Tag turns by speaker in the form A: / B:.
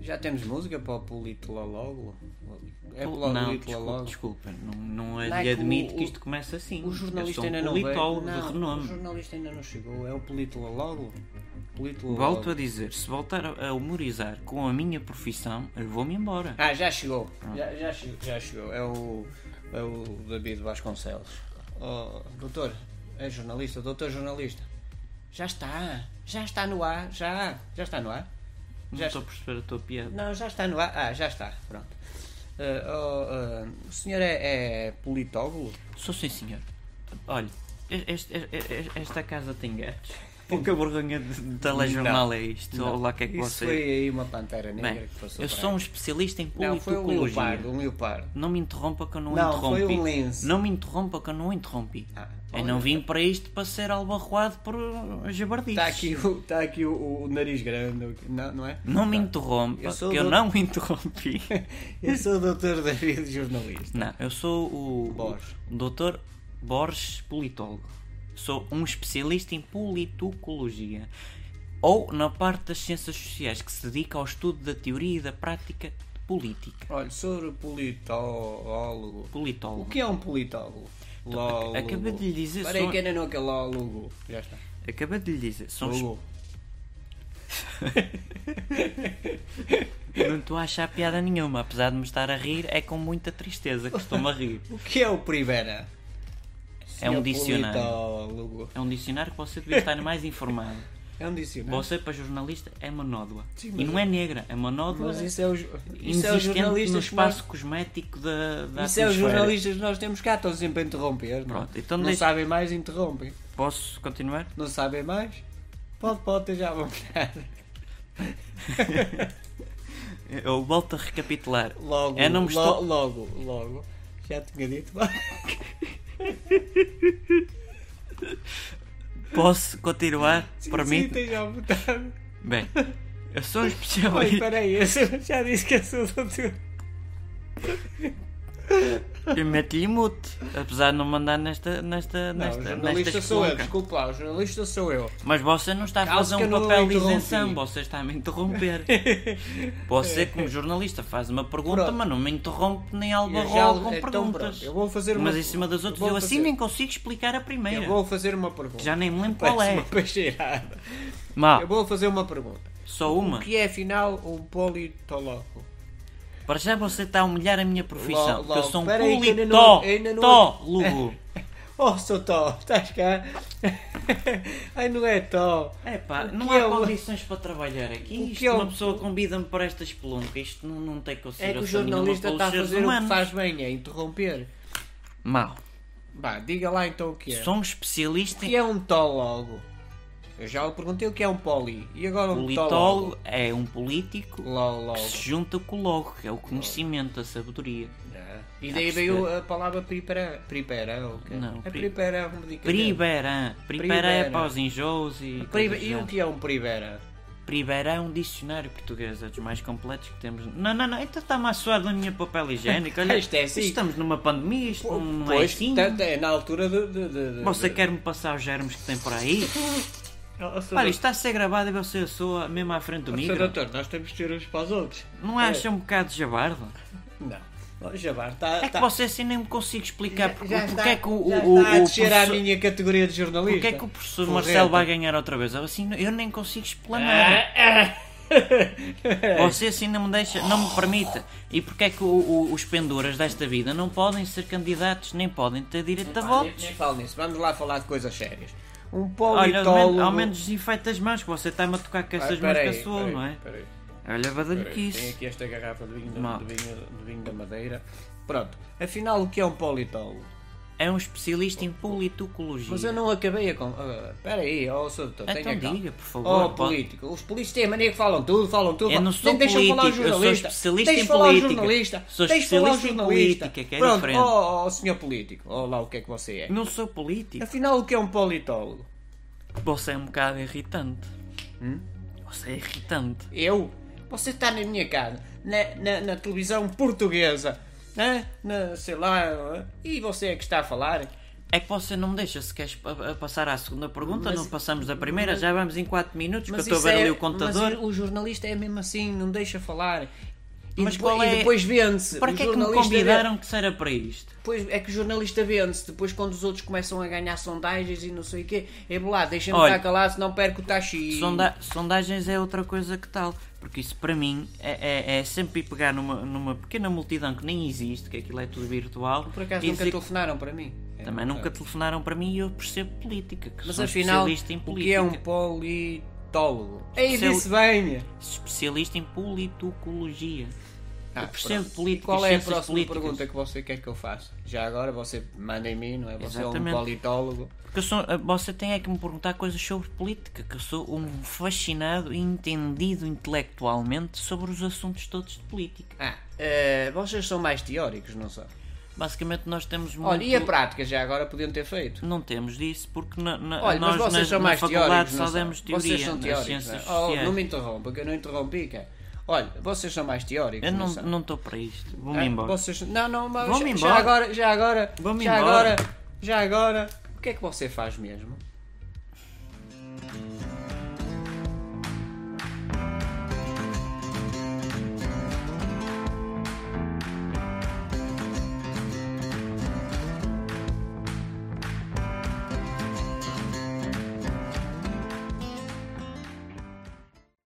A: Já temos música para o Politola logo? É
B: Pol-
A: para o
B: não,
A: Politola
B: desculpa,
A: logo?
B: desculpa, não, não
A: Não, é
B: ad-
A: que
B: admito
A: o-
B: que isto comece assim.
A: O jornalista
B: Eu sou
A: ainda não
B: um politólogo
A: veio.
B: de
A: Não, O
B: renome.
A: jornalista ainda não chegou. É o Politola logo? Politola
B: Volto a
A: logo.
B: dizer, se voltar a a humorizar com a minha profissão, eu vou-me embora.
A: Ah, já chegou. Já, já chegou. já chegou. É o, é o David Vasconcelos. Oh, doutor, é jornalista, doutor jornalista. Já está. Já está no ar. Já. Já está no ar.
B: não
A: já
B: estou a perceber a tua piada.
A: Não, já está no ar. Ah, já está. Pronto. Eh, oh, eh, o senhor é, é politólogo?
B: Sou sim senhor. Olha, este- este- este- esta casa tem gatos. Pouca vergonha de de telejornal é isto.
A: Não.
B: Olha lá o que é que
A: Isso
B: você.
A: foi aí uma pantera negra
B: Bem,
A: que passou
B: eu
A: por
B: sou
A: aí.
B: um especialista em
A: Não, foi um
B: politologia.
A: leopardo, um leopardo.
B: não me interrompa que eu não,
A: Não,
B: interrompi.
A: foi um lince.
B: Não me interrompa que eu não interrompi.
A: Ah,
B: eu
A: olha.
B: não vim para isto para ser albarroado por uh, jabardices.
A: Está aqui, o, tá aqui o, o nariz grande, não, não é?
B: Não me
A: Tá.
B: interrompa,
A: Eu
B: eu,
A: sou
B: eu
A: do-
B: não me interrompi.
A: Eu sou o Dr. David, jornalista.
B: não, eu sou o
A: Borges.
B: Dr. Borges Politólogo. Sou um especialista em politologia. Ou na parte das ciências sociais, que se dedica ao estudo da teoria e da prática política.
A: Olha, sobre politólogo. O
B: Politólogo.
A: que é um politólogo? Lólogo.
B: Então, acabei de lhe dizer,
A: Espera aí
B: sou-
A: que ainda não acalólogo. Já está.
B: Acabei de lhe dizer, sou um
A: Logo.
B: Eu Não estou a achar piada nenhuma, apesar de me estar a rir, é com muita tristeza que estou-me a rir.
A: O que é o Privera?
B: É um
A: Senhor
B: dicionário.
A: Politólogo.
B: É um dicionário que você devia estar mais informado.
A: É um dicionário.
B: Você, para jornalista, é uma nódoa.
A: Sim,
B: e
A: mas-
B: não é negra, é uma nódoa
A: Mas isso é o, ju- isso é o
B: inexistente
A: jornalista.
B: no espaço cosmético da, da
A: Isso é os
B: atmosfera.
A: jornalistas que nós temos cá, estão sempre a interromper. não é?
B: Pronto, então
A: não
B: deixa-
A: sabem mais, interrompem.
B: Posso continuar?
A: Não sabem mais? Pode, pode, ter já vão ficar.
B: Eu volto a recapitular.
A: Logo,
B: Eu É, não me
A: lo-
B: estou-
A: logo, logo. Já tinha dito.
B: Posso continuar?
A: Sim,
B: Permite?
A: Sim, esteja à vontade.
B: Bem, eu sou um
A: Oi,
B: especialista.
A: espera aí, eu já disse que eu sou doutor.
B: Eu meto-lhe mute, apesar de não mandar nesta. nesta,
A: Não, o
B: nesta
A: jornalista
B: nesta
A: sou eu,
B: espelunca.
A: desculpa lá, o jornalista sou eu.
B: Mas você não está a
A: Calça
B: fazer
A: que eu
B: um
A: não
B: papel de
A: interrompi.
B: isenção, você está a me interromper. Você, como jornalista, faz uma pergunta,
A: Pronto.
B: mas não me interrompe nem
A: Eu já-
B: albarrola com
A: então
B: perguntas.
A: pronto, eu vou fazer uma-
B: Umas em cima das outras,
A: vou
B: eu assim
A: fazer-
B: nem consigo explicar a primeira.
A: Eu vou fazer uma pergunta.
B: Já nem me lembro
A: Parece
B: qual é. Ah.
A: uma peixeirada.
B: Má,
A: Eu vou fazer uma pergunta.
B: só uma.
A: O que é afinal um politólogo?
B: Para já você está a humilhar a minha profissão.
A: Logo,
B: que eu
A: logo.
B: sou um
A: Espera aí que ainda não- ainda não-
B: politólogo.
A: Oh, seu Tó, estás cá? Ai, não é Tó.
B: É pá,
A: O
B: não
A: que
B: há
A: é o-
B: condições para trabalhar
A: O
B: aqui.
A: que
B: Isto,
A: é o-
B: uma pessoa convida-me para esta espelunca. Isto não, não tem
A: É que
B: consideração
A: o jornalista
B: nenhuma
A: está a fazer
B: pelos seres
A: o que
B: humanos.
A: faz bem, é interromper.
B: Mal.
A: Vá, diga lá então o que é.
B: Sou um especialista
A: O que é um tólogo? Eu já o perguntei o que é um poli. E agora um
B: Politólogo é um político
A: Logo, logo.
B: que se junta com o logo, que é o conhecimento, a sabedoria.
A: Ah, E daí veio a palavra pripera. Pripera, ou o quê?
B: Não,
A: É
B: pri-
A: pripera é um medicamento.
B: Pribeirã. Pribeirã é
A: Pribeirã.
B: para os enjoos e.
A: Pribe-
B: coisas do
A: E o
B: género.
A: que é um privera?
B: Pribeirã é um dicionário português, é dos mais completos que temos. Não, não, não, então está-me a suar da minha papel higiênico. Olha,
A: Isto é assim.
B: Estamos numa pandemia, isto não é
A: pois,
B: assim.
A: tanto é na altura de... de, de, de-
B: Você quer-me passar os germes que tem por aí?
A: Oh, Sr.
B: Olha, isto está a ser gravado e você soa mesmo à frente do
A: Doutor, Sr.
B: micro.
A: doutor, nós temos que ter uns para os outros.
B: Não acha
A: É.
B: um bocado de jabardo?
A: Não. O Jabar tá, está...
B: É que você assim nem me consigo explicar porque, porque é que o,
A: já
B: o,
A: está a
B: o
A: descer à
B: professor-
A: minha categoria de jornalista.
B: Porquê é que o professor
A: Correto.
B: Marcelo vai ganhar outra vez? Eu, assim, eu nem consigo explanar.
A: Ah, ah.
B: Você assim não me deixa, não me permite. E porquê é que o- o- os penduras desta vida não podem ser candidatos, nem podem ter direito a
A: Nem,
B: votos?
A: nem falo nisso. Vamos lá falar de coisas sérias. Um
B: Olha, ao
A: politólogo...
B: menos, ao menos desinfeita as mãos, que você está-me a tocar
A: Ah,
B: com essas mãos
A: peraí,
B: que a sua,
A: peraí,
B: não é?
A: peraí,
B: Olha, badalho que
A: peraí. Tem
B: isso.
A: aqui esta garrafa de vinho,
B: Mal.
A: de, vinho, de vinho da Madeira. Pronto. Afinal, o que é um politólogo?
B: É um especialista em politologia.
A: Mas eu não acabei a... con- ah, Espera aí, ó, Sr. doutor,
B: Então
A: tenha calma.
B: diga, por favor,
A: Ó,
B: pode-
A: político. Os políticos têm a mania que falam tudo, falam tudo.
B: Eu
A: falam-
B: não sou
A: Nem deixam
B: político,
A: falar o
B: eu sou
A: jornalista.
B: especialista
A: Tens
B: em
A: de falar o
B: política.
A: jornalista.
B: Sou
A: Tens de falar o
B: especialista em
A: jornalista.
B: política, que é
A: Pronto,
B: diferente.
A: ó, ó, senhor político, ó lá o que é que você é.
B: Não sou político.
A: Afinal, o que é um politólogo?
B: Você é um bocado irritante.
A: Hum?
B: Você é irritante.
A: Eu? Você está na minha casa, na, na, na televisão portuguesa, né? na, sei lá, e você é que está a falar?
B: É que você não me deixa, se queres pa- passar à segunda pergunta,
A: Mas-
B: não passamos da primeira, já vamos em 4 minutos, que eu
A: Mas
B: estou a
A: isso
B: ver
A: é-
B: ali o contador.
A: Mas o jornalista é mesmo assim, não deixa falar. E
B: Mas
A: depois,
B: qual é-
A: e depois vende-se.
B: Para
A: O
B: que é que me
A: jornalista
B: convidaram que será para isto?
A: Depois é que o jornalista vende-se, depois quando os outros começam a ganhar sondagens e não sei o quê, é lá, deixa-me
B: Olha,
A: estar calado, senão perco o taxi.
B: Sonda- sondagens é outra coisa que tal, porque isso para mim é, é- é sempre ir pegar numa, numa pequena multidão que nem existe, que aquilo é tudo virtual.
A: Por acaso
B: e
A: nunca
B: dizer-
A: telefonaram para mim. É
B: Também nunca telefonaram para mim e eu percebo política, que
A: Mas
B: sou
A: afinal,
B: especialista em
A: o que é
B: política.
A: um politólogo? É, Aí
B: Especial-
A: disse bem!
B: Especialista em politologia.
A: Ah,
B: eu percebo
A: pronto.
B: política,
A: Qual é a
B: ciências
A: próxima
B: políticas.
A: pergunta que você quer que eu faça? Já agora você manda em mim, não é? Você
B: Exatamente.
A: é um politólogo.
B: Porque eu sou, você tem é que me perguntar coisas sobre política, que eu sou um fascinado e entendido intelectualmente sobre os assuntos todos de política.
A: Ah, eh, vocês são mais teóricos, não são?
B: Basicamente nós temos muito...
A: Olha, e a prática já agora podiam ter feito?
B: Não temos disso, porque na, na,
A: Olha,
B: nós
A: mas vocês
B: na,
A: são
B: na
A: mais
B: faculdade
A: teóricos,
B: só
A: não são?
B: demos teoria
A: Vocês são
B: nas
A: teóricos,
B: ciências
A: não é? Oh,
B: sociais.
A: não me interrompa, que eu não interrompi, cara. Olha, vocês são mais teóricos,
B: Eu
A: não,
B: não
A: são?
B: não estou para isto. Vou-me
A: Ah,
B: embora.
A: Vocês... Não, não, mas já,
B: Vão-me
A: já
B: embora.
A: agora, já agora,
B: Vão-me
A: já
B: embora.
A: agora, já agora, o que é que você faz mesmo?